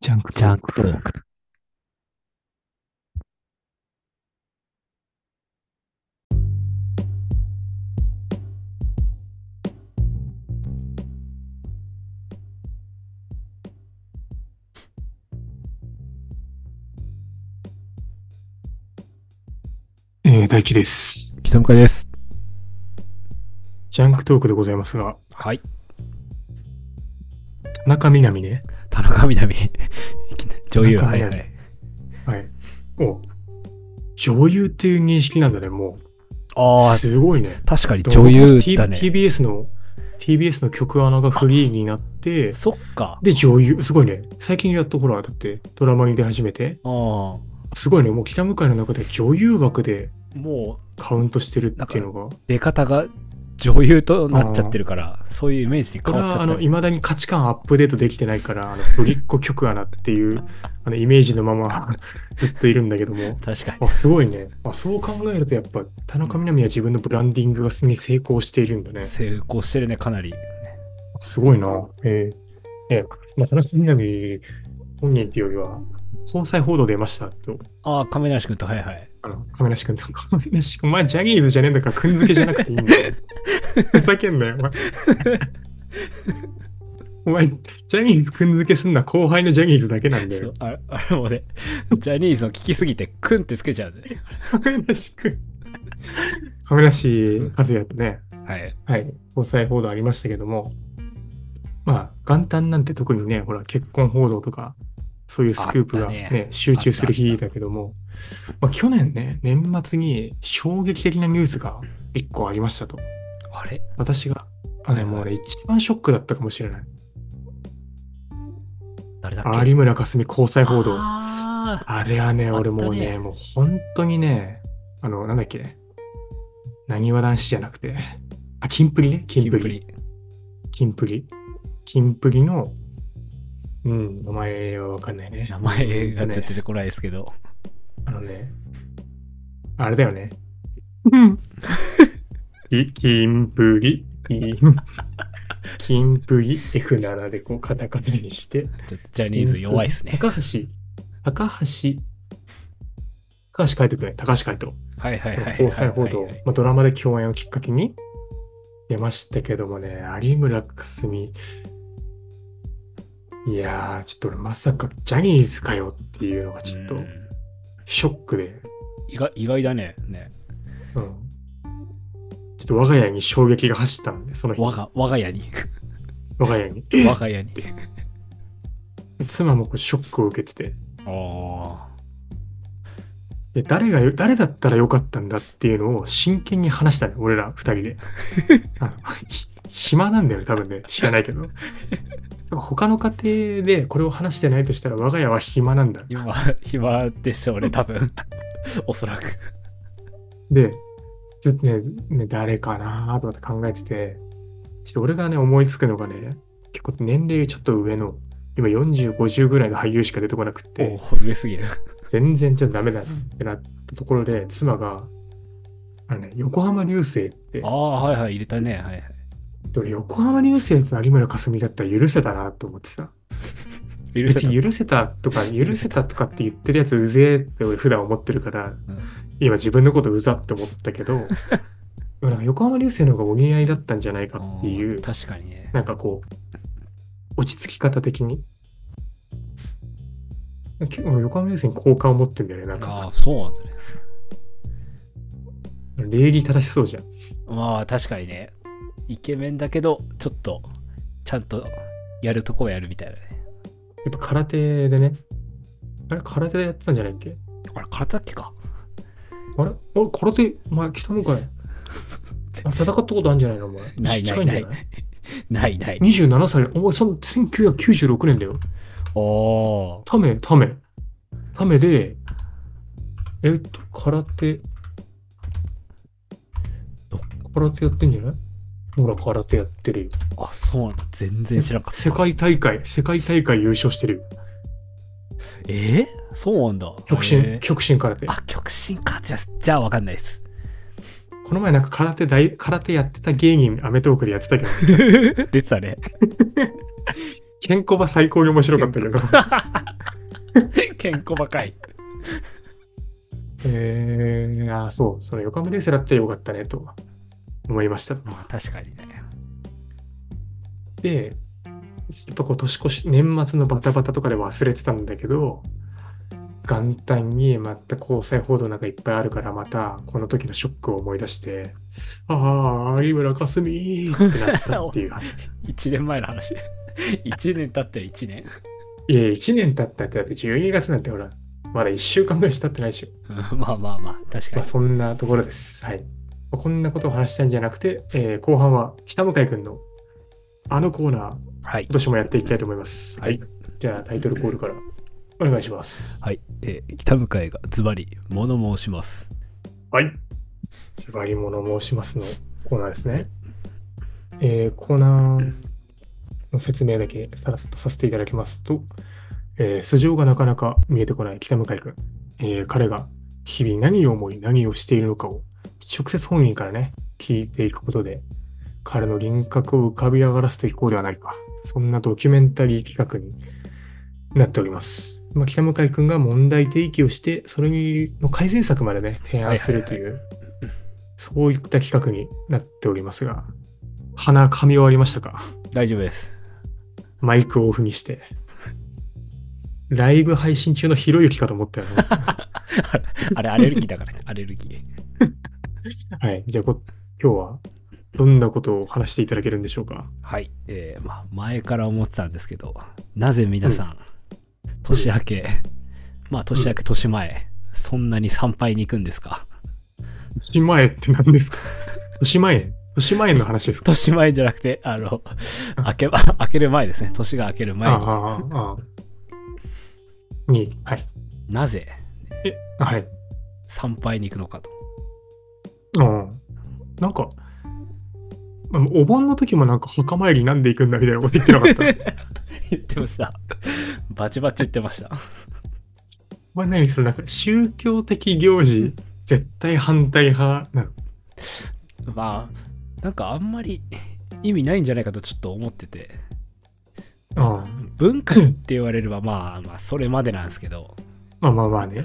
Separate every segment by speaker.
Speaker 1: ジャンク
Speaker 2: ジャンクトーク。
Speaker 1: えー、大輝です。
Speaker 2: 北向です。
Speaker 1: ジャンクトークでございますが、
Speaker 2: はい。
Speaker 1: 田中みなみね。
Speaker 2: 田中みなみ。 女優。
Speaker 1: 田中
Speaker 2: は
Speaker 1: み
Speaker 2: い
Speaker 1: な
Speaker 2: は
Speaker 1: 実
Speaker 2: い。
Speaker 1: はい。お女優っていう認識なんだね、も
Speaker 2: あ
Speaker 1: う。
Speaker 2: あ、
Speaker 1: すごいね。
Speaker 2: 確かに女優
Speaker 1: T-
Speaker 2: だね。
Speaker 1: TBS の、TBS の曲アナがフリーになって、
Speaker 2: そっか。
Speaker 1: で、女優、すごいね。最近やっとほら、だってドラマに出始めて、
Speaker 2: ああ。も
Speaker 1: すごいね。もう北向井の中で女優枠で
Speaker 2: う、
Speaker 1: カウントしてるっていうのが、
Speaker 2: 出方が女優となっちゃってるから、そういうイメージに
Speaker 1: これ
Speaker 2: 変わっち
Speaker 1: は
Speaker 2: ゃ
Speaker 1: あ
Speaker 2: った
Speaker 1: の
Speaker 2: ね。
Speaker 1: 未だに価値観アップデートできてないから、あのぶりっ子曲アナっていうあのイメージのまま ずっといるんだけども。
Speaker 2: 確かに。
Speaker 1: あすごいねあ。そう考えるとやっぱ田中みな実は自分のブランディングに成功しているんだね。
Speaker 2: 成功してるね、かなり。
Speaker 1: すごいな。えーえまあ、田中みな実本人っていうよりは、総裁報道出ましたと。
Speaker 2: ああ、亀梨君と、はいはい。
Speaker 1: あの、亀梨君と、 亀梨君、お前ジャニーズじゃねえんだから、くんづけじゃなくていいんだよ。 ふざけんなよ、お前。 お前、ジャニーズくんづけすんな後輩のジャニーズだけなんだ
Speaker 2: そう
Speaker 1: よ。
Speaker 2: あれあれもね、 ジャニーズの聞きすぎて、くんってつけちゃうね。
Speaker 1: 亀梨君。亀梨和也とね、
Speaker 2: はい。
Speaker 1: はい、交際報道ありましたけども、まあ、元旦なんて特にね、ほら、結婚報道とか、そういうスクープが、
Speaker 2: あ
Speaker 1: ね
Speaker 2: ったね
Speaker 1: 集中する日だけども、まあ、去年ね、年末に衝撃的なニュースが1個ありましたと。
Speaker 2: あれ
Speaker 1: 私が、あれ
Speaker 2: はいはい
Speaker 1: もうね、一番ショックだったかもしれない。
Speaker 2: 誰だっけ
Speaker 1: 有村架純交際報道。
Speaker 2: あー
Speaker 1: あれはね、俺もう
Speaker 2: あった
Speaker 1: ね、
Speaker 2: ね
Speaker 1: もう本当にね、あの、なんだっけ、なにわ男子じゃなくて、あ、キンプリね、キンプリ。。キンプリ。キンプリの、うん、名前はわかんないね。
Speaker 2: 名前がちょっと
Speaker 1: ね
Speaker 2: 出てこないですけど。
Speaker 1: あのね、あれだよね。うん。キキンプリ、キン、キンプリ F7 でこうカタカナにして、
Speaker 2: ちょっとジャニーズ弱いっすね。
Speaker 1: 高橋、高橋、高橋海人くんね、高橋海人。
Speaker 2: はいはいはいはいはい。
Speaker 1: 交際報道、まあ、ドラマで共演をきっかけに出ましたけどもね、有村架純。いやー、ちょっと俺まさかジャニーズかよっていうのがちょっと
Speaker 2: うん
Speaker 1: ショックで、
Speaker 2: 意外意外だね。ね
Speaker 1: うんちょっと我が家に衝撃が走ったんで、その日、
Speaker 2: 我
Speaker 1: 我
Speaker 2: が我が家に。
Speaker 1: が家に。
Speaker 2: 我が家に。
Speaker 1: 妻もこうショックを受けてて、
Speaker 2: お
Speaker 1: で誰がよ誰だったらよかったんだっていうのを真剣に話したの、俺ら二人 で。あのひ暇なんだよね、多分ね。知らないけど。他の家庭でこれを話してないとしたら、我が家は暇なんだ。
Speaker 2: 今、暇でしょ うね、多分。おそらく。
Speaker 1: で、ずっとね、ね誰かなーとかって考えてて、ちょっと俺がね、思いつくのがね、結構年齢ちょっと上の、今40、50ぐらいの俳優しか出てこなくて、
Speaker 2: おー上すぎる。
Speaker 1: 全然ちょっとダメだなってなったところで、妻が、あのね、横浜流星って
Speaker 2: あ、あ、はいはい、入れたね。はいはい。
Speaker 1: で俺横浜流星と有村架純だったら許せたなと思ってさ。
Speaker 2: 許せ
Speaker 1: 別
Speaker 2: た。
Speaker 1: に許せたと か、許せたとかって言ってるやつうぜえって俺普段思ってるから、
Speaker 2: うん
Speaker 1: 今自分のことうざって思ったけ ど、でもなんか横浜流星の方がお似合いだったんじゃないかってい
Speaker 2: おー
Speaker 1: う、
Speaker 2: 確かにね。
Speaker 1: なんかこう、落ち着き方的に。結構横浜流星に好感を持ってんだよね、なんか。
Speaker 2: ああ、そうなんだね。
Speaker 1: 礼儀正しそうじゃん。
Speaker 2: まあ、確かにね。イケメンだけど、ちょっと、ちゃんとやるとこはやるみたいなね。
Speaker 1: やっぱ空手でね。あれ、空手でやってたんじゃないっけ
Speaker 2: あれ、体だっけか。
Speaker 1: あれあれ空手、お前、北向か い。あ戦ったことあるんじゃないのお前。
Speaker 2: ない
Speaker 1: ちっ
Speaker 2: な
Speaker 1: ちゃ
Speaker 2: い
Speaker 1: んじゃ
Speaker 2: ない。ないない。
Speaker 1: 27歳、お前、その1996年だよ。
Speaker 2: おお
Speaker 1: ため、ため。ためで、えっと、空手。空手やってんじゃないほら、空手やってるよ。
Speaker 2: ー。あ、そうなんだ。全然知らんかった。
Speaker 1: 世界大会、世界大会優勝してるよ。
Speaker 2: えー、そうなんだ。
Speaker 1: 極
Speaker 2: へ
Speaker 1: 真、
Speaker 2: ー
Speaker 1: 極真空手。
Speaker 2: あ、極真か。じゃあ、じゃあわかんないです。
Speaker 1: この前なんか空手大、空手やってた芸人、アメトークでやってたけど、
Speaker 2: 出てたね。
Speaker 1: ケンコバ最高に面白かったけど。
Speaker 2: てんこばかい。
Speaker 1: えー、あーそう、その横浜レースだってよかったねと思いましたと。
Speaker 2: まあ確かにね。
Speaker 1: で、やっぱこう年越し、年末のバタバタとかで忘れてたんだけど、元旦にまた交際報道なんかいっぱいあるから、またこの時のショックを思い出して、ああ、有村架純ってなったっていう話。
Speaker 2: 1年前の話。1年経ったら1年。
Speaker 1: いや、1年経ったって、だって12月なんてほら、まだ1週間ぐらいしか経ってないでしょ。
Speaker 2: うんまあまあまあ、確か
Speaker 1: まあ、
Speaker 2: に。
Speaker 1: そんなところです。はい。まあこんなことを話したいんじゃなくて、えー後半は北向井くんのあのコーナー、今
Speaker 2: はい。
Speaker 1: 年もやっていきたいと思います。
Speaker 2: はい。
Speaker 1: じゃあタイトルコールからお願いします。
Speaker 2: はい。えー北向井がズバリ物申します。
Speaker 1: はい。ズバリもの申しますのコーナーですね。えーコーナーの説明だけさらっとさせていただきますと、えー素性がなかなか見えてこない北向井君、えー彼が日々何を思い何をしているのかを直接本人からね、聞いていくことで、彼の輪郭を浮かび上がらせていこうではないか。そんなドキュメンタリー企画になっております。まあ、北向井君が問題提起をして、それの改善策までね、提案するという、そういった企画になっておりますが、鼻噛み終わりましたか
Speaker 2: 大丈夫です。
Speaker 1: マイクをオフにして。ライブ配信中のひろゆきかと思ったよ、 ね。
Speaker 2: あれ、アレルギーだからね。アレルギー。
Speaker 1: はい。じゃあこ、今日はどんなことを話していただけるんでしょうか。
Speaker 2: はい、えーまあ、前から思ってたんですけどなぜ皆さん、年明け、まあ年明け年前、そんなに参拝に行くんですか
Speaker 1: 年前って何ですか年前年前の話ですか
Speaker 2: 年前じゃなくてあの 明け明ける前ですね年が明ける
Speaker 1: あ
Speaker 2: 前
Speaker 1: あ
Speaker 2: に
Speaker 1: ああ、ああ。に、はい。
Speaker 2: なぜ
Speaker 1: え、はい。
Speaker 2: 参拝に行くのかと
Speaker 1: うん。なんか、あのお盆の時もなんか墓参りなんで行くんだみたいなこと言ってな かった。
Speaker 2: 言ってましたバチバチ言ってました
Speaker 1: お前何そのなんか宗教的行事、絶対反対派なの。
Speaker 2: まあなんかあんまり意味ないんじゃないかとちょっと思ってて
Speaker 1: ああ。
Speaker 2: 文化って言われればまあまあそれまでなんですけど、
Speaker 1: まあまあまあね。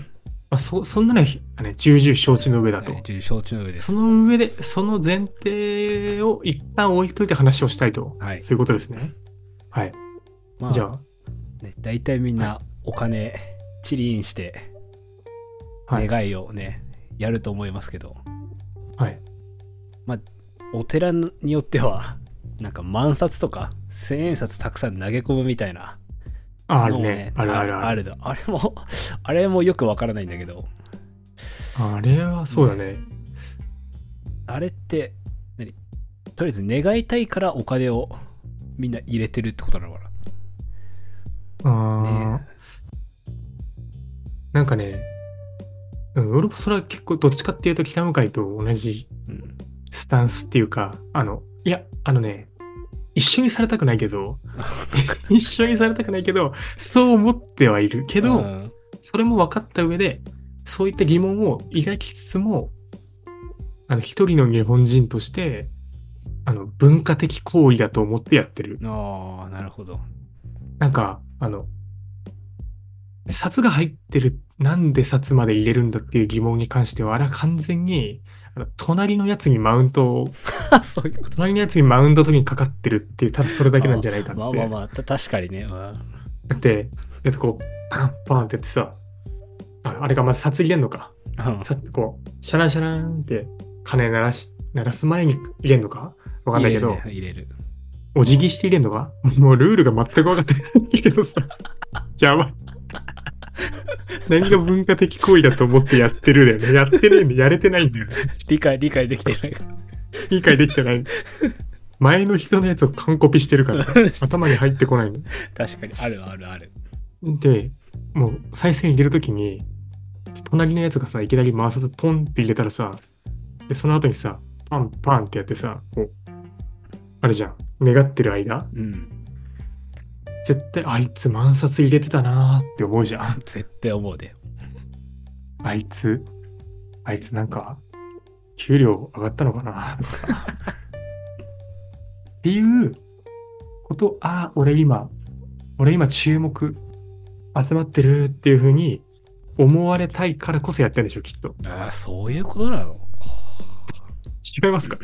Speaker 1: まあ、そそんなのはひあね重々承知の上だと。
Speaker 2: ね、重承知の上です
Speaker 1: その上で、その前提を一旦置いといて話をしたいと。
Speaker 2: はい
Speaker 1: そういうことですね。はい。
Speaker 2: まあ
Speaker 1: じゃあ、
Speaker 2: ね、大体みんなお金チリンして
Speaker 1: はい。
Speaker 2: 願いをね、やると思いますけど
Speaker 1: はい、
Speaker 2: お寺によっては なんか万札とか千円札たくさん投げ込むみたいな
Speaker 1: あある
Speaker 2: のを
Speaker 1: ね。あるあるあ
Speaker 2: あ
Speaker 1: る。
Speaker 2: るだあれも あれもよくわからないんだけど
Speaker 1: あれはそうだね。
Speaker 2: あれって何とりあえず願いたいからお金をみんな入れてるってことなのか
Speaker 1: あ
Speaker 2: な
Speaker 1: あ、
Speaker 2: ね
Speaker 1: なんかね、うん、俺もそれは結構どっちかっていうと北向井と同じ
Speaker 2: うん
Speaker 1: スタンスっていうか、あの、いや、あのね、一緒にされたくないけ ど、一緒にされたくないけど、そう思ってはいるけど、
Speaker 2: うん
Speaker 1: それも分かった上で、そういった疑問を抱きつつも、あの、一人の日本人として、あの、文化的行為だと思ってやってる。
Speaker 2: ああなる ほど
Speaker 1: なんか、あの、札が入ってる、なんで札まで入れるんだっていう疑問に関しては、あれは完全に、あの隣のやつにマウントを、
Speaker 2: あそういうこと
Speaker 1: 隣のやつにマウントの時にかかってるっていう、ただそれだけなんじゃないかって。
Speaker 2: まあまあまあた確かにね、まあ
Speaker 1: だって、だってこう、パンパンってやってさ、ああれがまず札入れんのか。
Speaker 2: うん
Speaker 1: さこう、シャランシャランって鐘鳴らし、鳴らす前に入れんのかわかんないけど、
Speaker 2: 入れるね
Speaker 1: お辞儀して入れんのか もうルールが全く分かってないけどさ。 やばい。何が文化的行為だと思ってやってるだよね。やってねえんでやれてないんだよ。
Speaker 2: 入れる理解理解できてない
Speaker 1: 理解できてない。前の人のやつを完コピしてるから、
Speaker 2: 確
Speaker 1: 頭に入ってこないの。
Speaker 2: かにあるあるある
Speaker 1: で、もう再生入れるときに、隣のやつがさ、いきなり回すとポンって入れたらさ、で、その後にさ、パンパンってやってさ、こう、あれじゃん、願ってる間、
Speaker 2: うん
Speaker 1: 絶対あいつ万札入れてたなーって思うじゃん。
Speaker 2: 絶対思うで
Speaker 1: あいつ、あいつなんか、給料上がったのかなとかさ。っていうこと、ああ、俺今、俺今注目集まってるっていうふうに思われたいからこそやってるんでしょ、きっと。
Speaker 2: ああ、そういうことなの
Speaker 1: 違いますか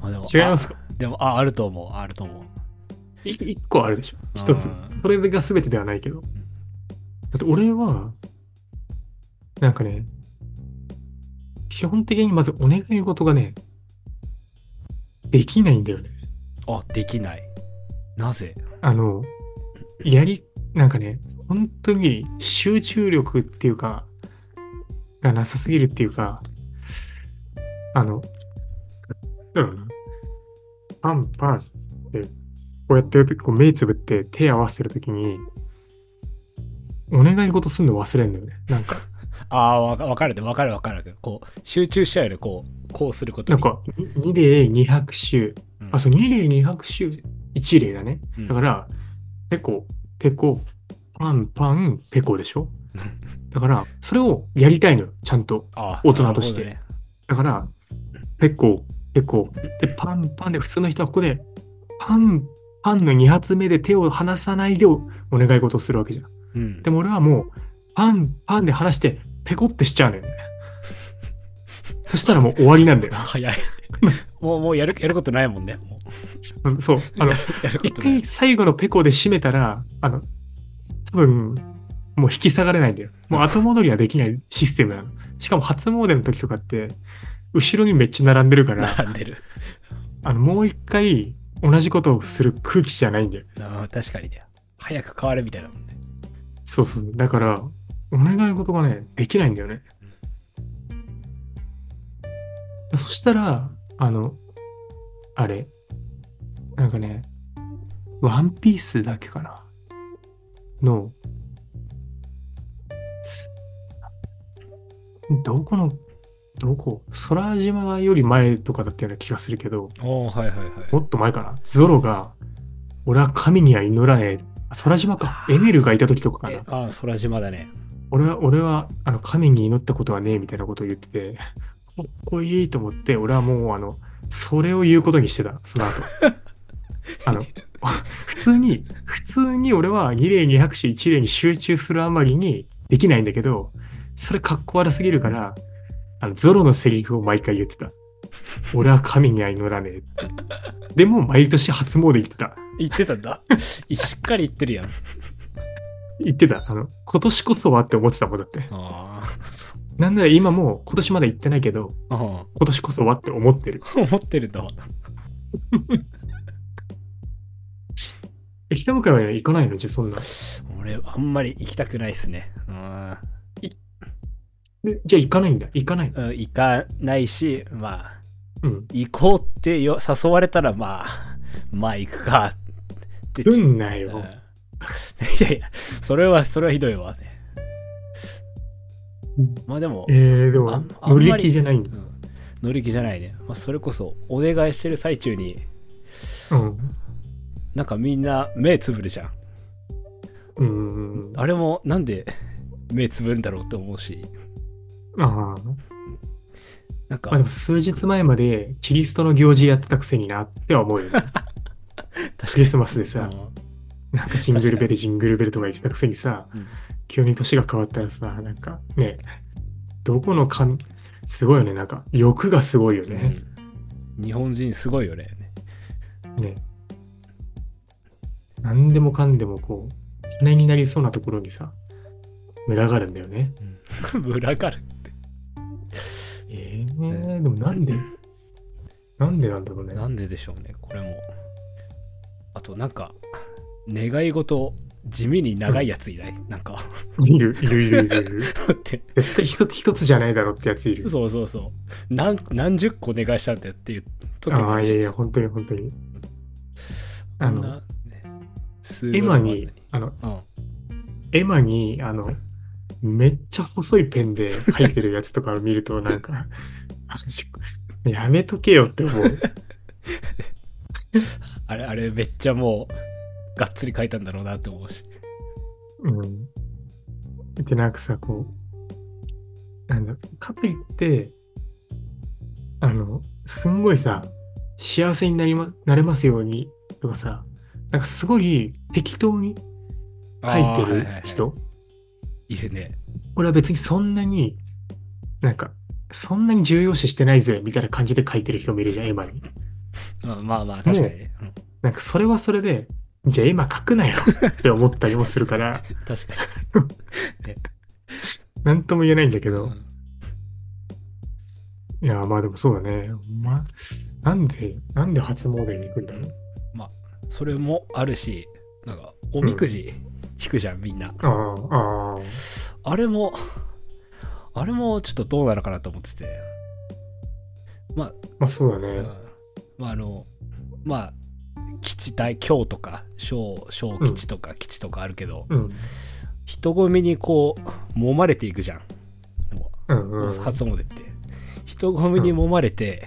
Speaker 2: まあ、でも
Speaker 1: 違いますか
Speaker 2: あでも、あ、あると思う、あると思う。
Speaker 1: い一個あるでしょ、一つ
Speaker 2: う。ん
Speaker 1: それが全てではないけど。だって俺は、なんかね、基本的にまずお願い事がね、できないんだよね。
Speaker 2: あ、できない。なぜ
Speaker 1: あの、やり、なんかね、本当に集中力っていうか、がなさすぎるっていうか、あの、なんだろうな、パンパンって、こうやってるとこう目つぶって手合わせてるときに、お願い事すんの忘れんだよね。なんか、
Speaker 2: ああ、わかわかるで、わかるわかる。こう、集中しちゃうよね、こう、こうすること
Speaker 1: なん
Speaker 2: に。
Speaker 1: か、2例200周、
Speaker 2: うん
Speaker 1: あ、そう、2例200周、1例だね。
Speaker 2: うん
Speaker 1: だから、ペコ、ペコ、パンパン、ペコでし ょだから、それをやりたいのよ、ちゃんと。
Speaker 2: あ
Speaker 1: 大人として
Speaker 2: なる
Speaker 1: だから、ペコ、ペコ、で、パンパンで、普通の人はここで、パン、パンの2発目で手を離さないでおお願い事をするわけじゃん。
Speaker 2: ほどね
Speaker 1: でも俺はもう、パン、パンで離して、ペコってしちゃうのよね。そしたらもう終わりなんだよ
Speaker 2: うん、。早い。 もう、もうやる、やることないもんね。もう
Speaker 1: そう。あの、
Speaker 2: やるこ
Speaker 1: 一
Speaker 2: とない
Speaker 1: 回。最後のペコで締めたら、あの、多分、もう引き下がれないんだよ。もう後戻りはできないシステムなの。しかも初詣の時とかって、後ろにめっちゃ並んでるから、
Speaker 2: 並んでる。
Speaker 1: あの、もう一回同じことをする空気じゃないんだよ。
Speaker 2: ああ、確かにね。早く変わるみたいだもんね。
Speaker 1: そうそう。だから、お願い事がね、できないんだよね。そしたら、あの、あれ、なんかね、ワンピースだっけかなの、どこの、どこ空島より前とかだったような気がするけど、
Speaker 2: おおはいはいはい。
Speaker 1: もっと前かなゾロが、俺は神には祈らねえ。あ空島か。エネルがいた時とかか
Speaker 2: え
Speaker 1: な。
Speaker 2: ああ、空島だね。
Speaker 1: 俺は、俺は、あの、神に祈ったことはねえみたいなことを言ってて、 かっこいいと思って、俺はもう、あの、それを言うことにしてた、その後。あの、 普通に、普通に俺は2例2拍手1例に集中するあまりにできないんだけど、それかっこ悪すぎるから、あの、ゾロのセリフを毎回言ってた。俺は神には祈らねえって。でも、毎年初詣行ってた。
Speaker 2: 言ってたんだ。 いしっかり言ってるやん。
Speaker 1: 言ってた。あの、今年こそはって思ってたもんだって。
Speaker 2: ああ、そう
Speaker 1: なんなら今もう今年まだ行ってないけど、
Speaker 2: ああ。
Speaker 1: 今年こそはって思ってる。
Speaker 2: 思ってると。
Speaker 1: え、北向かいは行かないのじゃあそんな。
Speaker 2: 俺、あんまり行きたくないっすね。うん。
Speaker 1: でじゃあ行かないんだ。行かないの。
Speaker 2: うん行かないし、まあ、
Speaker 1: うん。
Speaker 2: 行こうってよ誘われたら、まあ、まあ行くかって。
Speaker 1: 来
Speaker 2: ち
Speaker 1: んな
Speaker 2: うん
Speaker 1: よ。
Speaker 2: いやいや、それは、それはひどいわね。まあでも
Speaker 1: え、ー、で
Speaker 2: あ
Speaker 1: も
Speaker 2: ん、あん
Speaker 1: 乗
Speaker 2: まり
Speaker 1: り気じゃないんだ
Speaker 2: う。ん乗り気じゃないね。まあ、それこそ、お願いしてる最中に、
Speaker 1: うん。
Speaker 2: なんかみんな目つぶるじゃん。
Speaker 1: うん。あ
Speaker 2: あれも、なんで目つぶるんだろうって思うし、
Speaker 1: あー。
Speaker 2: なん
Speaker 1: まあで
Speaker 2: か、
Speaker 1: も数日前までキリストの行事やってたくせになっては思 うよね。
Speaker 2: 確
Speaker 1: クリスマスでさ、
Speaker 2: うん
Speaker 1: なんかジングルベルジングルベルとか言ってたくせにさ、
Speaker 2: うん
Speaker 1: 急に年が変わったらさ、なんかね、どこのかん、すごいよね、なんか欲がすごいよね。
Speaker 2: うん日本人すごいよね。
Speaker 1: ね。何でもかんでもこう、金になりそうなところにさ、群がるんだよね。
Speaker 2: 裏から。
Speaker 1: ええでもなんで、なんでなんだろうね。
Speaker 2: なんででしょうね、これも。あと、なんか、願い事、地味に長いやついない、なんか、
Speaker 1: いる、いる、いる、いるいる。
Speaker 2: だって、
Speaker 1: 絶対一つ一つじゃないだろうってやついる。
Speaker 2: そうそうそう。何何十個お願いしたんだよっていう時
Speaker 1: あ
Speaker 2: も
Speaker 1: あ、
Speaker 2: る
Speaker 1: いやい
Speaker 2: し
Speaker 1: や、本当に本当に。
Speaker 2: あ
Speaker 1: あ
Speaker 2: ん
Speaker 1: の、
Speaker 2: なね数
Speaker 1: エ
Speaker 2: 秒も
Speaker 1: マ
Speaker 2: あんのに
Speaker 1: に、あの、
Speaker 2: うん。
Speaker 1: エマに、あの、めっちゃ細いペンで書いてるやつとかを見ると、なんか、 しやめとけよって思う。
Speaker 2: あれ、あれ、めっちゃもう、がっつり書いたんだろうなって思うし。
Speaker 1: うん。で、なんかさ、こう、なんだ、かといって、あの、すんごいさ、幸せになりま、なれますようにとかさ、なんかすごい適当に、書いて
Speaker 2: あーはい
Speaker 1: る
Speaker 2: はいはい
Speaker 1: 人、
Speaker 2: いるね。
Speaker 1: 俺は別にそんなに、なんか、そんなに重要視してないぜ、みたいな感じで書いてる人もいるじゃん、絵馬に。
Speaker 2: まあまあまあ、確かにね。うん
Speaker 1: なんか、それはそれで、じゃあ絵馬書くなよって思ったりもするから、
Speaker 2: 確か
Speaker 1: なんとも言えないんだけ
Speaker 2: に。う
Speaker 1: ど、
Speaker 2: ん
Speaker 1: いや、まあでもそうだね。まあ、なんで、なんで初詣に行くんだろう。
Speaker 2: それもあるし、なんか、おみくじ引くじゃん、みんな。
Speaker 1: ああ、ああ。
Speaker 2: あれも、あれもちょっとどうなのかなと思ってて。
Speaker 1: まあそうだね。
Speaker 2: まああのまあ基地大京とか小小基地とか基地とかあるけど、
Speaker 1: うん。
Speaker 2: 人混みにこう揉まれていくじゃんも
Speaker 1: うん
Speaker 2: う
Speaker 1: うん。
Speaker 2: 初詣って人混みに揉まれて、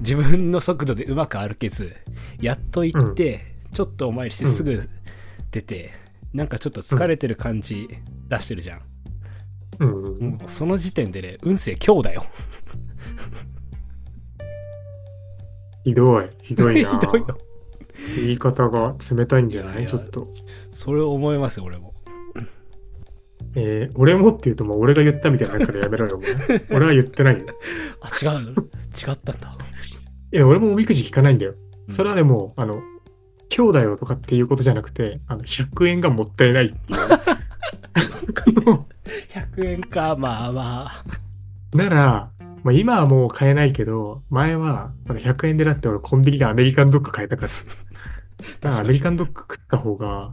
Speaker 2: 自分の速度でうまく歩けずやっと行って、ちょっとお参りしてすぐ出て、なんかちょっと疲れてる感じ出してるじゃん、
Speaker 1: うんうん
Speaker 2: もうその時点でね運勢強だよ
Speaker 1: ひどい。 ひどいな。
Speaker 2: ひどいよ
Speaker 1: 言い方が冷たいんじゃない
Speaker 2: いやいや
Speaker 1: ちょっと。
Speaker 2: それを思いますよ俺も
Speaker 1: えー俺もって言うともう俺が言ったみたいになるからやめろよ、お前 俺は言ってないよ。
Speaker 2: あ違う違ったんだ
Speaker 1: いや、俺もおみくじ引かないんだよ。それは
Speaker 2: ね
Speaker 1: ね、もう、あの、兄弟よとかっていうことじゃなくて、あの、100円がもったいないっていう。 あ
Speaker 2: 100円かまあま
Speaker 1: のなら、まあ、今はもう買えないけど、前は、あの100円でだって俺コンビニでアメリカンドッグ買えたから、だからアメリカンドッグ食った方が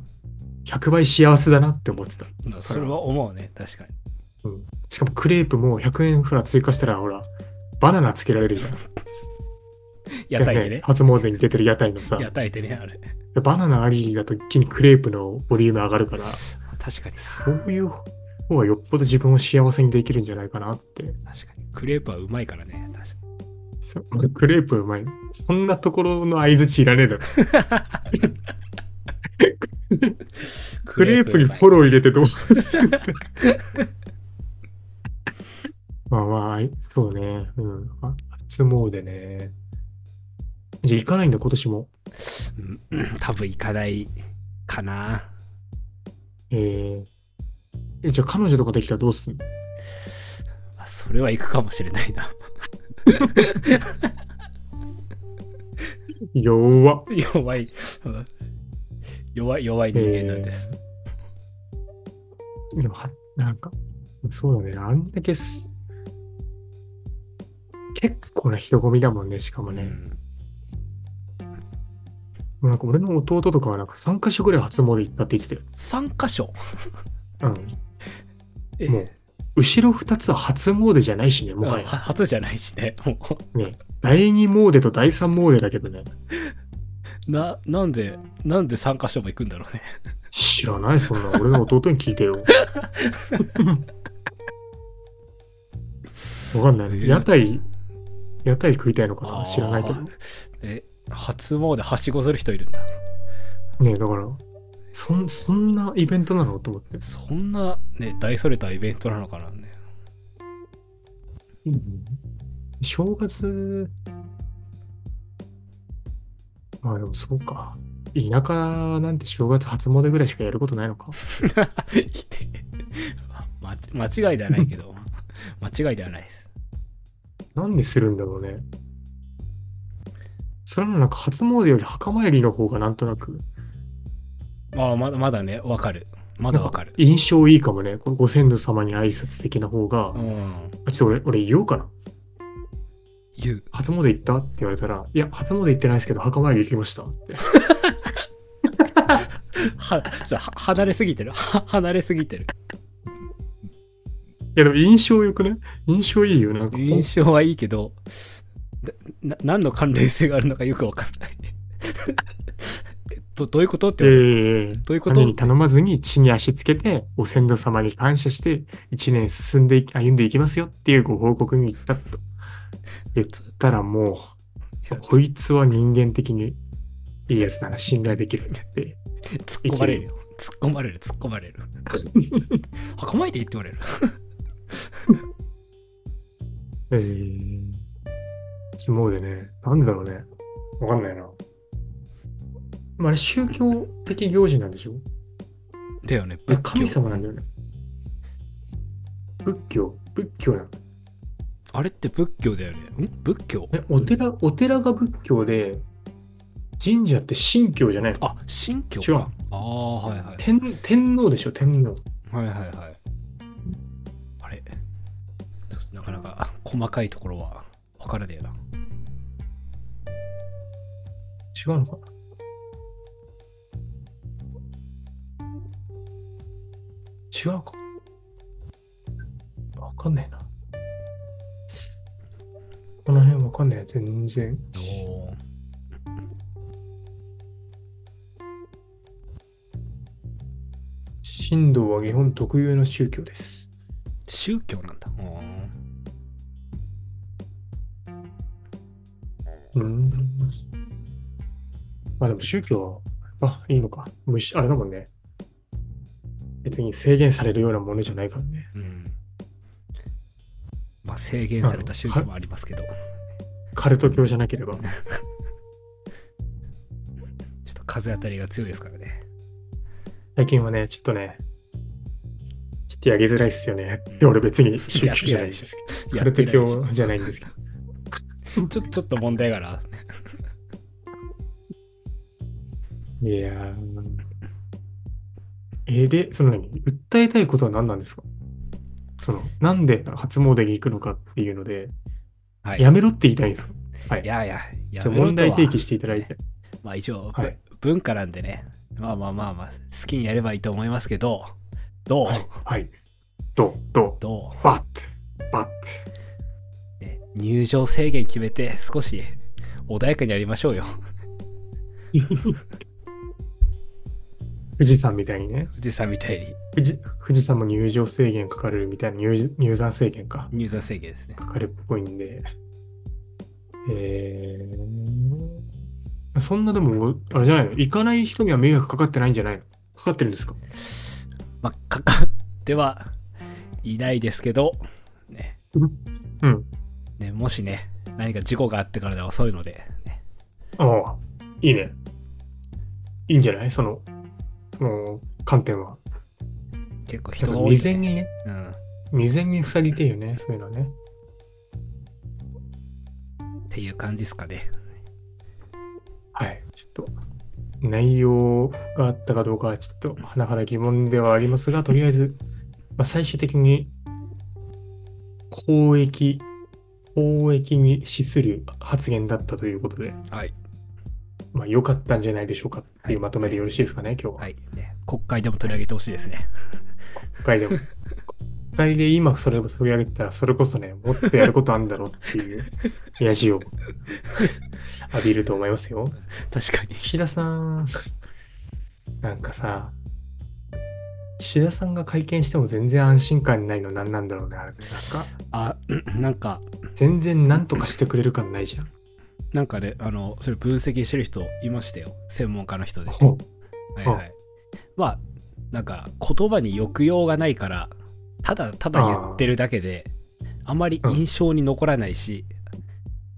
Speaker 1: 100倍幸せだなって思ってた。
Speaker 2: あそれは思うね確か に
Speaker 1: しかもクレープも100円フラ追加したら、ほら、バナナつけられるじゃん。
Speaker 2: 屋台で
Speaker 1: ね
Speaker 2: ね
Speaker 1: 初詣に出てる屋台のさ、
Speaker 2: 屋台でねあれ
Speaker 1: バナナありだと一気にクレープのボリューム上がるから、
Speaker 2: 確かに
Speaker 1: そういう方がよっぽど自分を幸せにできるんじゃないかなって。
Speaker 2: 確かにクレープはうまいからね確か
Speaker 1: そクレープうまい。そんなところの相づちいらねえだろ。
Speaker 2: に
Speaker 1: クレープにフォ
Speaker 2: ロ
Speaker 1: ロー入れてどうするんだ まあまあ、そうね。うん。あ初詣ね。じゃあ行かないんだ、今年も。
Speaker 2: ー多分行かないかな
Speaker 1: えーえ、じゃあ彼女とかできたらどうすんの
Speaker 2: あそれは行くかもしれないな
Speaker 1: 弱っ。
Speaker 2: 弱い うん弱い弱い人間なんです、
Speaker 1: でもは、なんか、そうだね、あんだけす、結構な人混みだもんね、しかも
Speaker 2: う
Speaker 1: ね。
Speaker 2: ん
Speaker 1: もうなんか俺の弟とかはなんか3カ所ぐらい初詣行ったって言って
Speaker 2: 3箇所
Speaker 1: たよ。うん。
Speaker 2: え
Speaker 1: もう後ろ2つは初詣じゃないしね、もは
Speaker 2: は
Speaker 1: や。
Speaker 2: 初じゃないしね も
Speaker 1: 第2詣と第3詣だけどね。
Speaker 2: うななんでなんで3箇所も行くんだろうね
Speaker 1: 知らない、そんな。俺の弟に聞いてよ。 わかんない、
Speaker 2: え
Speaker 1: ね。
Speaker 2: ー
Speaker 1: 屋台、屋台食いたいのかな知らないけど。
Speaker 2: あーえ初詣はしごする人いるんだ
Speaker 1: ねえ、だから、そんそんなイベントなのと思って。
Speaker 2: そんなね大それたイベントなのかなね
Speaker 1: 正月、まあでもそうか。田舎なんて正月初詣ぐらいしかやることないのか。
Speaker 2: ま間違いではないけど間違いではないです
Speaker 1: なんでするんだろうね。それなのなんか初詣より墓参りの方がなんとなく、
Speaker 2: まあまだまだねわかるまだわかる
Speaker 1: 印象いいかもね。このご先祖様に挨拶的な方が
Speaker 2: う、ん
Speaker 1: あちょっと俺、俺言おうかな。
Speaker 2: 言う
Speaker 1: 初詣行ったって言われたら、いや、初詣行ってないですけど、墓参り行きましたって。
Speaker 2: はちょは離れすぎてる は離れすぎてる
Speaker 1: いやでも印象よくね印象いいよ。なんかこう
Speaker 2: 印象はいいけどなな何の関連性があるのかよくわかんない えどどういうことって、
Speaker 1: ええ
Speaker 2: どういうこ
Speaker 1: 神
Speaker 2: と
Speaker 1: に頼まずに地に足つけて、お先祖様に感謝して、一年進んでい歩んでいきますよっていうご報告に行ったと。言ったらもう、こいつは人間的にいいやつだな、信頼できるって。
Speaker 2: 突っ込まれるよ。突っ込まれる、突っ込まれる。 墓参りって言われる。
Speaker 1: ええ相撲でね、なんだろうね。わかんないな。まあ、あれ宗教的行事なんでしょ
Speaker 2: だよね、
Speaker 1: いや
Speaker 2: 仏教。
Speaker 1: 神様なんだよね。仏教、仏教なんだ。
Speaker 2: あれって仏教だよね。ん仏教
Speaker 1: えお寺、お寺が仏教で、神社って神教じゃないの
Speaker 2: あ、神教
Speaker 1: 違う
Speaker 2: か。ああ、はいはい。
Speaker 1: 天天皇でしょ、天皇。
Speaker 2: はいはいはい。あれちょっとなかなか細かいところは分からねえな。
Speaker 1: 違うのかな違うかわかんないな。この辺わかんない。全然。
Speaker 2: おー
Speaker 1: 神道は日本特有の宗教です。
Speaker 2: 宗教なんだ。おー
Speaker 1: うーん。まあでも宗教は、あ、いいのか。無視、あれだもんね。別に制限されるようなものじゃないからね。
Speaker 2: うん。まあ制限された宗教もありますけど、ちょ
Speaker 1: カルト教じゃなければ。
Speaker 2: っと風当たりが強いですからね。
Speaker 1: 最近はね、ちょっとね、ちょっとやりづらいっすよね。で、俺別に宗教じゃないんですけど、
Speaker 2: や
Speaker 1: カル
Speaker 2: って
Speaker 1: ト
Speaker 2: ないでし
Speaker 1: 教
Speaker 2: ょ
Speaker 1: じゃないんですけど、
Speaker 2: ちょちょっと問題があるな。
Speaker 1: いやー、えで、その何、訴えたいことは何なんですかその、なんで初詣に行くのかっていうので、
Speaker 2: はい。
Speaker 1: やめろって言いたいんですかはい
Speaker 2: いやいや、
Speaker 1: じゃ
Speaker 2: や
Speaker 1: あ
Speaker 2: めろとは
Speaker 1: 問題提起していただいて。
Speaker 2: まあ一応、
Speaker 1: はい
Speaker 2: ぶ文化なんでね、まあまあまあまあ、好きにやればいいと思いますけど、どう、
Speaker 1: はい。はい。どうど
Speaker 2: ど
Speaker 1: うバッて。バッて。
Speaker 2: う、ね入場制限決めて、少し穏やかにやりましょうよ。
Speaker 1: 富士山みたいにね。
Speaker 2: 富士山みたいに
Speaker 1: 富士富士山も入場制限かかるみたいな入入山制限か。
Speaker 2: 入山制限ですね。
Speaker 1: かかるっぽいんで。えー、そんなでも、あれじゃないの行かない人には迷惑かかってないんじゃないのかかってるんですか
Speaker 2: まあ、か かってはいないですけど、ね。
Speaker 1: うん。
Speaker 2: ね、もしね、何か事故があってからでは遅いので、ね、
Speaker 1: ああ、いいね。いいんじゃないその、その観点は。
Speaker 2: 結構
Speaker 1: やっ
Speaker 2: 人
Speaker 1: ぱ
Speaker 2: が多い
Speaker 1: 未
Speaker 2: ので、
Speaker 1: 然にね、
Speaker 2: うん。
Speaker 1: 未然に塞ぎてえよね、そういうのはね。
Speaker 2: っていう感じですかね。
Speaker 1: はい、ちょっと内容があったかどうかはちょっと甚だ疑問ではありますが、とりあえず、まあ、最終的に公益、公益に資する発言だったということで、
Speaker 2: はい。
Speaker 1: まあ、良かったんじゃないでしょうかっていうまとめでよろしいですかね、今日は。
Speaker 2: はい。ね、国会でも取り上げてほしいですね。
Speaker 1: 国会でも。国会で今それを取り上げてたら、それこそね、もっとやることあるんだろうっていう、やじを 浴びると思いますよ。
Speaker 2: 確かに。
Speaker 1: 岸田さん、なんかさ、岸田さんが会見しても全然安心感ないの何なんだろうね、あれね。なんか、
Speaker 2: あ、 なんか、
Speaker 1: 全然何とかしてくれる感ないじゃん。
Speaker 2: なんかね、あの、それ分析してる人いましたよ。専門家の人で。
Speaker 1: ほ
Speaker 2: はいはい。まあ、なんか言葉に抑揚がないから、ただただ言ってるだけで、あまり印象に残らないし、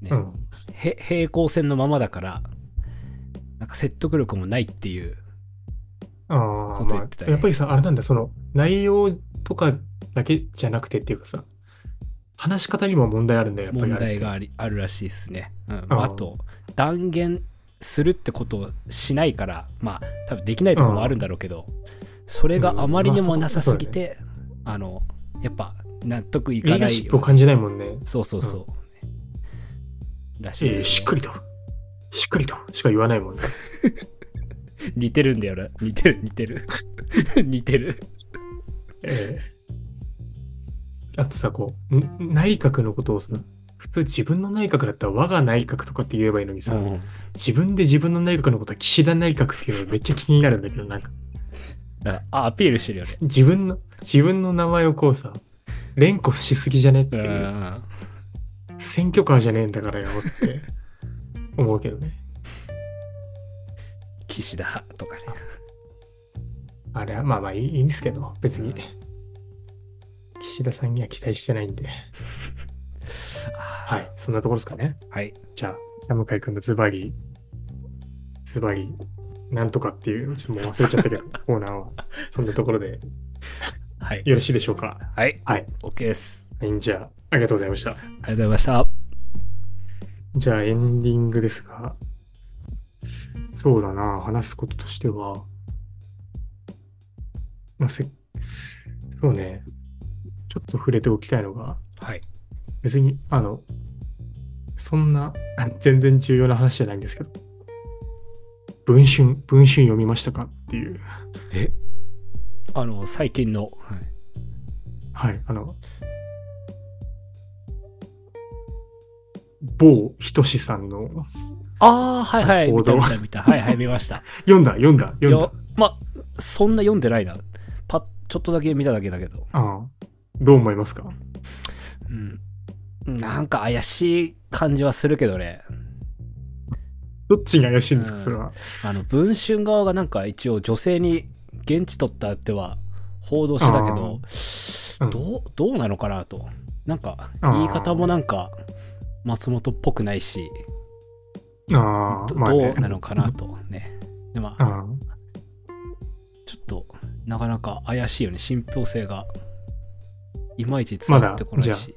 Speaker 2: ね
Speaker 1: ううん。
Speaker 2: へ平行線のままだから、なんか説得力もないっていう、
Speaker 1: ああ、
Speaker 2: こと言
Speaker 1: ま
Speaker 2: ってた
Speaker 1: あ、
Speaker 2: ね
Speaker 1: やっぱりさ、あれなんだ、その、内容とかだけじゃなくてっていうかさ、話し方にも問題あるんだよ、やっぱ
Speaker 2: 問
Speaker 1: りあれっ
Speaker 2: 題
Speaker 1: て。
Speaker 2: がありあるらしいですね。うんまあ、
Speaker 1: あ
Speaker 2: あと断言するってことをしないからまあ多分できないところもあるんだろうけど、それがあまりにもなさすぎて、あのやっぱ納得い
Speaker 1: リ
Speaker 2: か
Speaker 1: ーダ
Speaker 2: な
Speaker 1: ー
Speaker 2: い
Speaker 1: シップを感じないもんね。
Speaker 2: そうそうそう、らしい
Speaker 1: え
Speaker 2: で
Speaker 1: ー
Speaker 2: す、ね、
Speaker 1: しっかりと、しっかりとしか言わないもんね。
Speaker 2: 似てるんだよな似てる似てる 似てる
Speaker 1: ええあとさ、こう、ん内閣のことをさ、普通自分の内閣だったら我が内閣とかって言えばいいのにさ、
Speaker 2: うん
Speaker 1: 自分で自分の内閣のことは岸田内閣っていうのがめっちゃ気になるんだけど、なんか、
Speaker 2: だからあアピールしてるよね
Speaker 1: 自分の、自分の名前をこうさ、連呼しすぎじゃねって
Speaker 2: う
Speaker 1: いう、
Speaker 2: ん
Speaker 1: 選挙カーじゃねえんだからよって思うけどね。
Speaker 2: 岸田とかね
Speaker 1: あれはまあまあいいいいんですけど、別
Speaker 2: う
Speaker 1: に
Speaker 2: ん。
Speaker 1: 岸田さんには期待してないんで、
Speaker 2: は
Speaker 1: はい、そんなところですかね。
Speaker 2: はい
Speaker 1: じゃあ、北向井君のズバリ、ズバリ、なんとかっていう、ちょっともう忘れちゃったけど、コーナーは。そんなところで
Speaker 2: はい。
Speaker 1: よろしいでしょうか。
Speaker 2: はい。
Speaker 1: はい。
Speaker 2: OK です。
Speaker 1: はい、じゃあ、ありがとうございました。
Speaker 2: ありがとうございました。
Speaker 1: じゃあ、エンディングですが、そうだな、話すこととしては、まあ、せそうね、ちょっと触れておきたいのが、
Speaker 2: はい。
Speaker 1: 別に、あの、そんな、あ全然重要な話じゃないんですけど、文春、文春読みましたかっていう、
Speaker 2: あの、最近の、は
Speaker 1: は
Speaker 2: い、
Speaker 1: い、あの、某ひとしさんの、
Speaker 2: ああ、はいはい。
Speaker 1: 報
Speaker 2: 見た
Speaker 1: 道
Speaker 2: 見た見た。はいはい、見ました。
Speaker 1: 読んだ、読んだ、読んだ
Speaker 2: よ。まあ、そんな読んでないな。パッ、ちょっとだけ見ただけだけど。
Speaker 1: ああどう思いますか
Speaker 2: うん。なんか怪しい感じはするけどね。
Speaker 1: どっちが怪しいんです
Speaker 2: う
Speaker 1: か、
Speaker 2: ん
Speaker 1: それは。
Speaker 2: あの、文春側がなんか一応女性に現地取ったっては報道してたけど、
Speaker 1: うん
Speaker 2: どう、どうなのかなと。なんか、
Speaker 1: あー
Speaker 2: 言い方もなんか、松本っぽくないし、
Speaker 1: ああ、
Speaker 2: ど
Speaker 1: まあね、
Speaker 2: どうなのか なと。ね。でまあ、
Speaker 1: あ
Speaker 2: ちょっと、なかなか怪しいよね。信憑性が、いまいち伝わってこないし。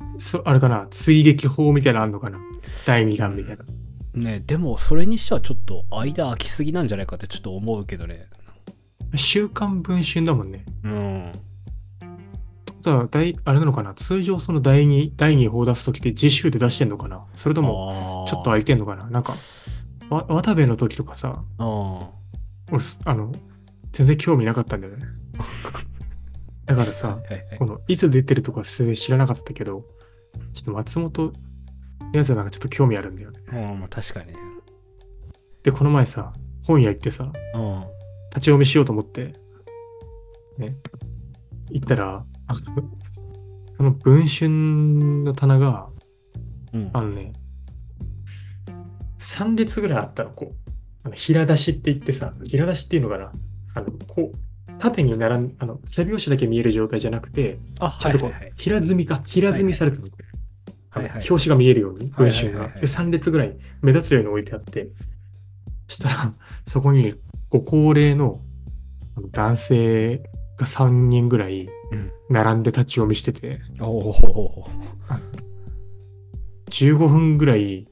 Speaker 1: あそあれかな、追撃法みたいなのあんのかな第2弾みたいな。
Speaker 2: ねでもそれにしてはちょっと間空きすぎなんじゃないかってちょっと思うけどね
Speaker 1: 週刊文春だもんね。
Speaker 2: うん
Speaker 1: ってことは大あれなのかな通常その第2、第2報出すときって次週で出してんのかなそれとも
Speaker 2: も
Speaker 1: ちょっと空いてんのかななんか、わ渡部の時とかさ、
Speaker 2: あ
Speaker 1: 俺、すあの、全然興味なかったんだよね。だからさ、
Speaker 2: ーはいはい
Speaker 1: このいつ出てるとか全然知らなかったけど、ちょっと松本のやつはなんかちょっと興味あるんだよね。
Speaker 2: うんまあ確かに
Speaker 1: で、この前さ、本屋行ってさ、
Speaker 2: うん
Speaker 1: 立ち読みしようと思って、ね、行ったら、あのあの文春の棚が、
Speaker 2: うん
Speaker 1: あのね、3列ぐらいあったの、こう。あの平出しって言ってさ、平出しっていうのかなあの、こう、縦に並ん、あの、背拍子だけ見える状態じゃなくて、
Speaker 2: あ
Speaker 1: ちゃ
Speaker 2: は
Speaker 1: ん
Speaker 2: い
Speaker 1: と
Speaker 2: は
Speaker 1: こ
Speaker 2: いうはい
Speaker 1: 平積みか、平積みされてるの。あ
Speaker 2: はい
Speaker 1: の
Speaker 2: は
Speaker 1: 表
Speaker 2: い
Speaker 1: 紙が見えるように、
Speaker 2: は
Speaker 1: 文
Speaker 2: いはいはい
Speaker 1: 春
Speaker 2: はい
Speaker 1: が。で、3列ぐらい目立つように置いてあって、そしたら、そこにご高齢のあの男性が3人ぐらい
Speaker 2: うん
Speaker 1: 並んで立ち読みしてて、
Speaker 2: おお
Speaker 1: 15分ぐらい、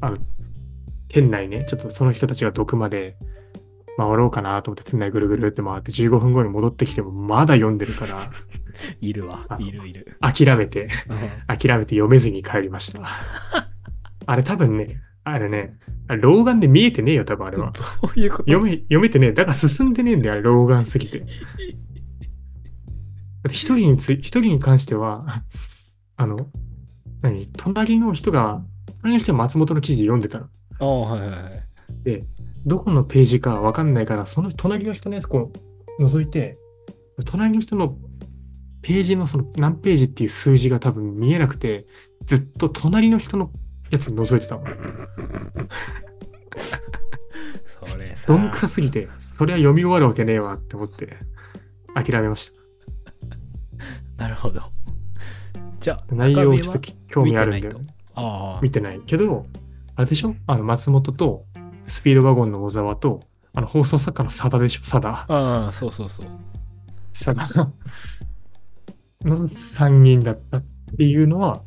Speaker 1: あの、店内ね、ちょっとその人たちが毒まで回ろうかなと思って店内ぐるぐるって回って15分後に戻ってきてもまだ読んでるから、
Speaker 2: いるわ
Speaker 1: あの
Speaker 2: いるいる
Speaker 1: 諦めて。
Speaker 2: うん
Speaker 1: 諦めて読めずに帰りました。あれ多分ね、あれね、あれ老眼で見えてねえよ、多分あれは。
Speaker 2: どういうこと
Speaker 1: 読め、読めてねえ。だから進んでねえんだよ、あれ老眼すぎて。だって一人につい、一人に関しては、あの、何、隣の人が、隣の人は松本の記事読んでたの。
Speaker 2: ああはいはいはい
Speaker 1: どこのページかわかんないから、その隣の人のやつこう、覗いて、隣の人のページのその何ページっていう数字が多分見えなくて、ずっと隣の人のやつ覗いてたの。
Speaker 2: それさ
Speaker 1: どんくさすぎて、そりゃ読み終わるわけねえわって思って、諦めました。
Speaker 2: なるほどじゃあ
Speaker 1: 内容ちょっと
Speaker 2: 中身は
Speaker 1: き興味あるんだ
Speaker 2: 見て
Speaker 1: よ
Speaker 2: ない。ああ
Speaker 1: 見てないけど、あれでしょあの、松本と、スピードワゴンの小沢と、あの、放送作家の佐田でしょ佐田。
Speaker 2: ああそうそうそう
Speaker 1: 佐田の3人だったっていうのは、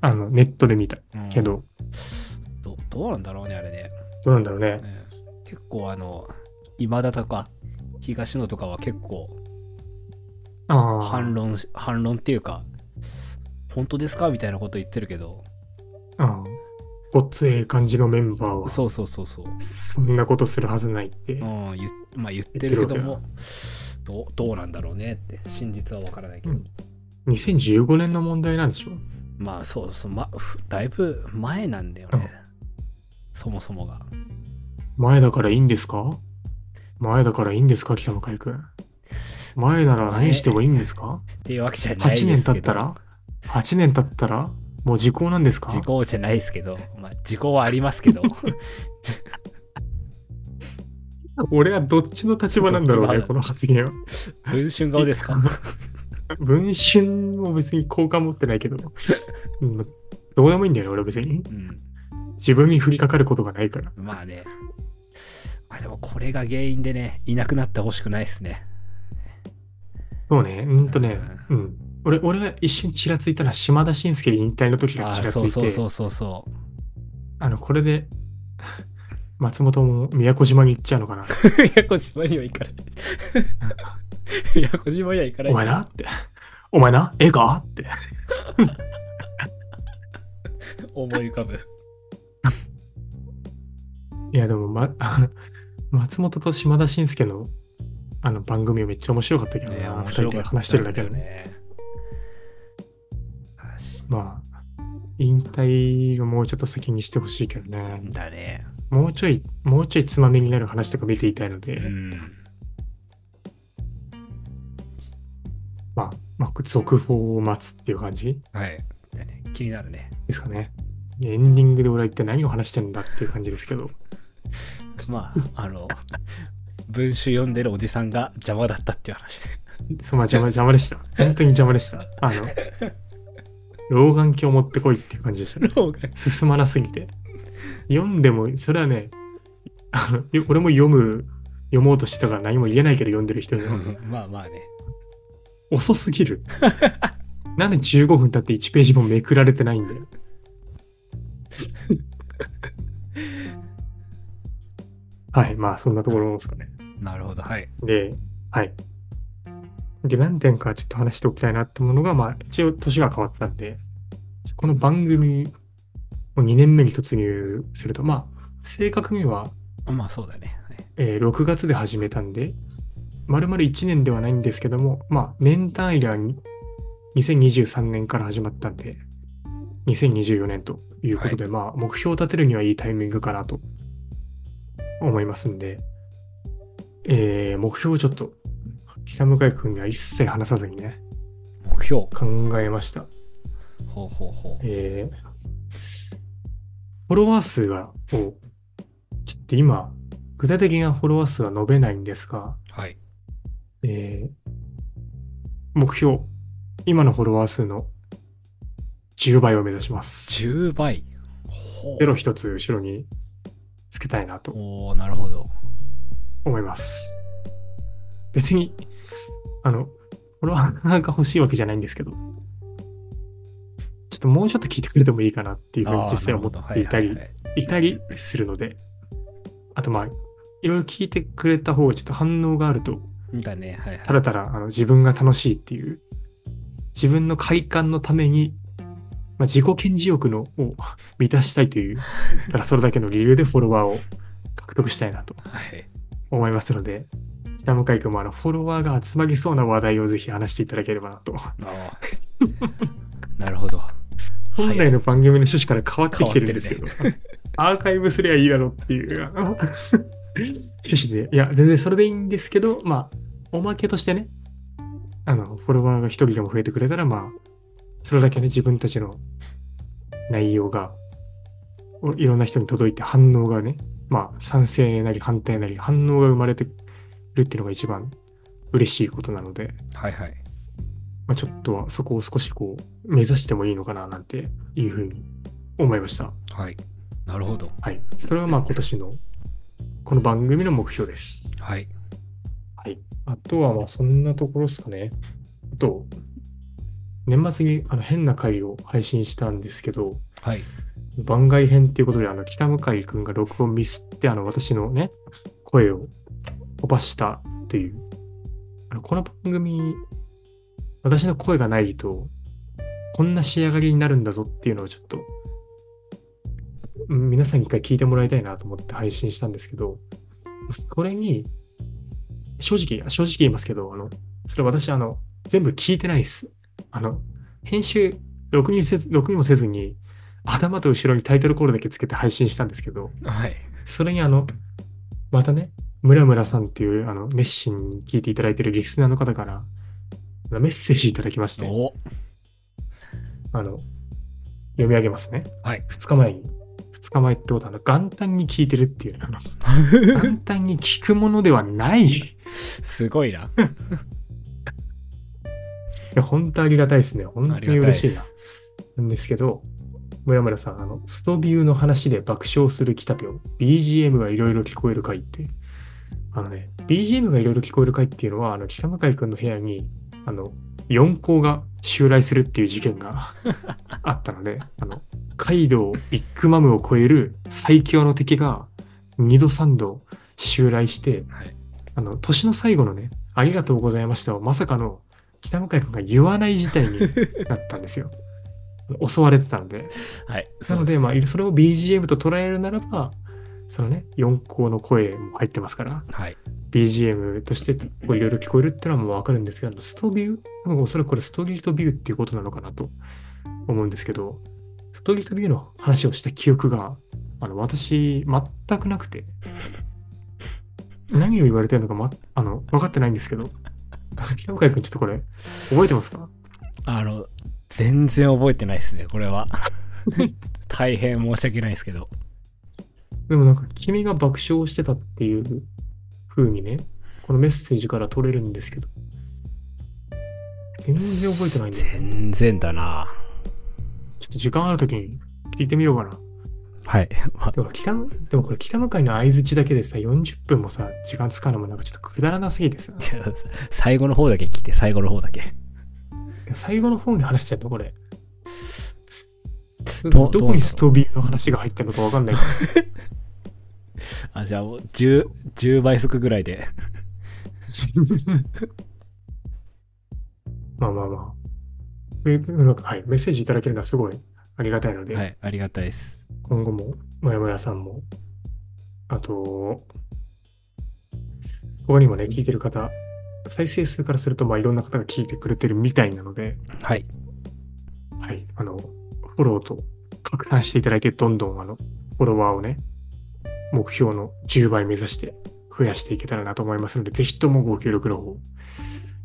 Speaker 1: あの、ネットで見た
Speaker 2: うん
Speaker 1: けど、
Speaker 2: どどうなんだろうねあれね
Speaker 1: どうなんだろうね。
Speaker 2: ね結構あの今田とか東野とかは結構
Speaker 1: あ
Speaker 2: 反論し反論っていうか本当ですかみたいなこと言ってるけど
Speaker 1: あ。うんごっつええ感じのメンバーは、
Speaker 2: そうそうそうそう、
Speaker 1: そんなことするはずないって。
Speaker 2: うん言っまあ、言ってるけど
Speaker 1: 言っ
Speaker 2: もどうどうなんだろうねって真実は分からないけど、
Speaker 1: うん2015年の問題なんでしょ
Speaker 2: まあそうそう、ま、ふだいぶ前なんだよね、そもそもが
Speaker 1: 前だからいいんですか前だからいいんですか北向井君。前なら何してもいいんですか
Speaker 2: っていうわけじゃない
Speaker 1: ?8
Speaker 2: で
Speaker 1: 年
Speaker 2: す
Speaker 1: 経
Speaker 2: け
Speaker 1: った
Speaker 2: ど
Speaker 1: ら ?8 年経ったらもう時効なんですか
Speaker 2: 時効じゃないですけど、まあ、時効はありま すけど
Speaker 1: 俺はどっちの立場なんだろう
Speaker 2: どっち
Speaker 1: ね、
Speaker 2: だ
Speaker 1: この発言は。
Speaker 2: 文春顔ですか
Speaker 1: 文春も別に好感持ってない けど、うんどうでもいいんだよね、俺は別に。
Speaker 2: うん
Speaker 1: 自分に降りかかることがないから。
Speaker 2: まあね。まあでもこれが原因でね、いなくなってほしくないですね。
Speaker 1: そうね、うんとね、うん。俺、俺が一瞬ちらついたのは島田紳介引退の時が
Speaker 2: あ
Speaker 1: ち
Speaker 2: あ、
Speaker 1: らつ
Speaker 2: そう
Speaker 1: い
Speaker 2: そう
Speaker 1: て
Speaker 2: そ、うそうそう。
Speaker 1: あの、これで、松本も宮古島に行っちゃうのかな。
Speaker 2: 宮古島には行かない。宮古島には行かない。
Speaker 1: お前なって。お前なええかって。
Speaker 2: 思い浮かぶ。
Speaker 1: いや、でも、ま、あの松本と島田紳介のあの番組めっちゃ面白かったけど
Speaker 2: ね、
Speaker 1: な、
Speaker 2: 面
Speaker 1: 二
Speaker 2: 白
Speaker 1: 人
Speaker 2: か
Speaker 1: で
Speaker 2: った
Speaker 1: 話してるだけ
Speaker 2: ん
Speaker 1: で
Speaker 2: よ
Speaker 1: ね。
Speaker 2: ね。確
Speaker 1: まあ、引退をもうちょっと先にしてほしいけどね
Speaker 2: か。にだね。
Speaker 1: もうちょい、もうちょいつまみになる話とか見ていたいので、
Speaker 2: うん。
Speaker 1: まあ、まあ、続報を待つっていう感じ
Speaker 2: はい。だね気になるね。
Speaker 1: ですかね。エンディングで俺は一体何を話してんだっていう感じですけど。
Speaker 2: ま あ、あの、文集読んでるおじさんが邪魔だったっていう話ね。
Speaker 1: そうまあ、 邪魔、邪魔でした。本当に邪魔でした。あの、老眼鏡持ってこいっていう感じでしたね。
Speaker 2: 老眼
Speaker 1: 進まなすぎて。読んでも、それはね、あのよ俺も読む、読もうとしてたから何も言えないけど読んでる人には、
Speaker 2: まあまあね。
Speaker 1: 遅すぎる。なんで15分経って1ページもめくられてないんだよ。はい、まあそんなところですかね。
Speaker 2: なるほど。はい。
Speaker 1: で、はい。で、何点かちょっと話しておきたいなってものが、まあ一応年が変わったんで、この番組を2年目に突入すると、まあ正確には、
Speaker 2: まあそうだね。はい
Speaker 1: えー6月で始めたんで、まるまる1年ではないんですけども、まあ、年単位ではに2023年から始まったんで、2024年ということで、まあ、目標を立てるにはいいタイミングかなと思いますんで、えー目標をちょっと、北向井君には一切話さずにね、
Speaker 2: 目標。
Speaker 1: 考えました。
Speaker 2: ほうほうほう。
Speaker 1: えーフォロワー数が、をちょっと今、具体的なフォロワー数は述べないんですが、
Speaker 2: はい。
Speaker 1: えー目標、今のフォロワー数の10倍を目指します。
Speaker 2: 10倍。ほ
Speaker 1: ゼロ一つ後ろにつけたいな
Speaker 2: う。
Speaker 1: と
Speaker 2: おおなるほど。
Speaker 1: 思います。別に、あの、フォロワーが欲しいわけじゃないんですけど、ちょっともうちょっと聞いてくれてもいいかなっていうふうに
Speaker 2: あー
Speaker 1: 実際思っていたり
Speaker 2: なるほどはいはいはい
Speaker 1: いたりするので、あとまあ、いろいろ聞いてくれた方がちょっと反応があると、
Speaker 2: だね、はい
Speaker 1: た
Speaker 2: は
Speaker 1: だただあの自分が楽しいっていう、自分の快感のために、まあ、自己顕示欲のを満たしたいという、ただそれだけの理由でフォロワーを獲得したいなと
Speaker 2: い。はい。
Speaker 1: 思いますので、北向井君もあのフォロワーが集まりそうな話題をぜひ話していただければなと。
Speaker 2: ああ。 なるほど。
Speaker 1: 本来の番組の趣旨から変わってきてるんですけど、
Speaker 2: 変
Speaker 1: アーカイブすりゃいいだろっていうあの趣旨で、いや、全然それでいいんですけど、まあ、おまけとしてね、あの、フォロワーが一人でも増えてくれたら、まあ、それだけね、自分たちの内容が、おいろんな人に届いて反応がね、まあ、賛成なり反対なり、反応が生まれてるっていうのが一番嬉しいことなので、
Speaker 2: はいはい。
Speaker 1: まあ、ちょっとはそこを少しこう目指してもいいのかななんていうふうに思いました。
Speaker 2: はい。なるほど。
Speaker 1: はい。それはまあ今年のこの番組の目標です。
Speaker 2: はい。
Speaker 1: はい。あとはまあそんなところですかね。あと、年末にあの変な回を配信したんですけど、
Speaker 2: はい。
Speaker 1: 番外編っていうことで、あの北向井君が録音ミスって、あの私のね、声を飛ばしたという。あのこの番組、私の声がないと、こんな仕上がりになるんだぞっていうのをちょっと、うん皆さんに一回聞いてもらいたいなと思って配信したんですけど、それに、正直、正直言いますけど、あの、それ私、あの、全部聞いてないです。あの、編集、録音せず、録音もせずに、頭と後ろにタイトルコールだけつけて配信したんですけど、
Speaker 2: はい。
Speaker 1: それにあの、またね、ムラムラさんっていうあの熱心に聞いていただいてるリスナーの方からあのメッセージいただきまして、
Speaker 2: お
Speaker 1: あの、読み上げますね。
Speaker 2: はい。
Speaker 1: 2日前に。2日前ってことは、あの元旦に聞いてるっていう、あの元旦に聞くものではない。い
Speaker 2: すごいな。
Speaker 1: や、本当ありがたいですね。本当
Speaker 2: あり
Speaker 1: に
Speaker 2: がたい
Speaker 1: 嬉
Speaker 2: で
Speaker 1: しいな
Speaker 2: す。。
Speaker 1: なんですけど、村村さん、あの、ストビューの話で爆笑する北ぴょん、BGM がいろいろ聞こえる回って、あのね、BGM がいろいろ聞こえる回っていうのは、あの北向井君の部屋に、あの、4校が襲来するっていう事件 があったので、あの、カイドウ、ビッグマムを超える最強の敵が、2度3度襲来して、
Speaker 2: はい
Speaker 1: あの、年の最後のね、ありがとうございましたをまさかの北向井君が言わない事態になったんですよ。 襲われてたので。
Speaker 2: はい。
Speaker 1: なので、まあ、それを BGM と捉えるならば、そのね、4項の声も入ってますから、
Speaker 2: あ、はい。
Speaker 1: BGM としてこういろいろ聞こえるってのはもうわかるんですけど、ストビュー多分おそらくこれストリートビューっていうことなのかなと思うんですけど、ストリートビューの話をした記憶が、あの、私、全くなくて、何を言われてるのか、ま、あの、分かってないんですけど、北岡君ちょっとこれ、覚えてますか
Speaker 2: あの、全然覚えてないですね、これ は。大変申し訳ないですけど。
Speaker 1: でもなんか君が爆笑してたっていう風にね、このメッセージから取れるんですけど、全然覚えてないんだよ。
Speaker 2: 全然だな。
Speaker 1: ちょっと時間ある時に聞いてみようかな。
Speaker 2: はい。まあ
Speaker 1: でも北の、でもこれ北向かいの相づちだけでさ、40分もさ、時間使うのもなんかちょっとくだらなすぎてさ、
Speaker 2: いや最後の方だけ聞いて、最後の方だけ。
Speaker 1: 最後の方に話しちゃうとこれ。
Speaker 2: ど
Speaker 1: どこにストビーの話が入ってるのかわかんないから。
Speaker 2: あ、じゃあもう10、10倍速ぐらいで。
Speaker 1: まあまあまあ。えなんかはい、メッセージいただけるのはすごいありがたいので、
Speaker 2: はい、ありがたいです。
Speaker 1: 今後も、もやもやさんも、あと、他にもね、聞いてる方、再生数からすると、まあ、いろんな方が聞いてくれてるみたいなので、
Speaker 2: はい。
Speaker 1: はい、あの、フォローと拡散していただいて、どんどん、あの、フォロワーをね、目標の10倍目指して増やしていけたらなと思いますので、ぜひともご協力の方、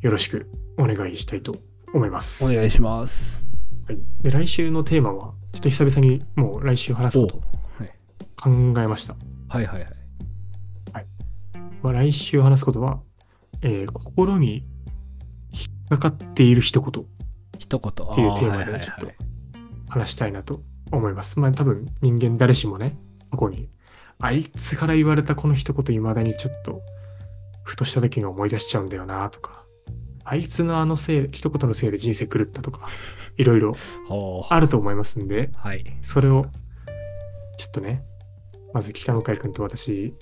Speaker 1: よろしくお願いしたいと思います。
Speaker 2: お願いします。
Speaker 1: はい、で来週のテーマは、ちょっと久々にもう来週話そうと考えました。
Speaker 2: はいはいはい。
Speaker 1: まあ、来週話すことは、えー心に引っかかっている一言
Speaker 2: 一言。
Speaker 1: っていう
Speaker 2: あ
Speaker 1: テーマで
Speaker 2: はいはいはい
Speaker 1: ちょっと話したいなと思います。まあ多分人間誰しもね、過去に、あいつから言われたこの一言未だにちょっと、ふとした時に思い出しちゃうんだよなとか、あいつのあのせい、一言のせいで人生狂ったとか、いろいろ
Speaker 2: ほう
Speaker 1: あると思いますんで、
Speaker 2: はい。
Speaker 1: それを、ちょっとね、まず北向井君と私、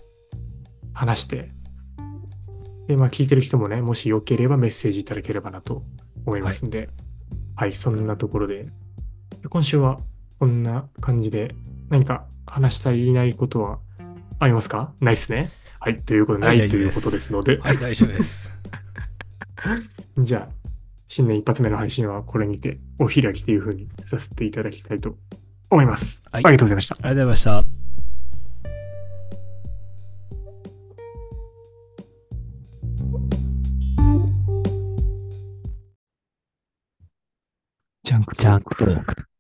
Speaker 1: 話して、で、まあ聞いてる人もね、もしよければメッセージいただければなと思いますんで、はい、そんなところで、今週はこんな感じで、何か話したりないことはありますかないですね。はい、ということで、
Speaker 2: は
Speaker 1: ないい
Speaker 2: 大
Speaker 1: と
Speaker 2: 丈夫
Speaker 1: い
Speaker 2: で
Speaker 1: う
Speaker 2: す
Speaker 1: ことですので、
Speaker 2: はい、大丈夫です。
Speaker 1: じゃあ、新年一発目の配信はこれにてお開きというふうにさせていただきたいと思います。
Speaker 2: はい
Speaker 1: ありがとうございました。
Speaker 2: ありがとうございました。
Speaker 1: ジャンク
Speaker 2: ジャンクトーク。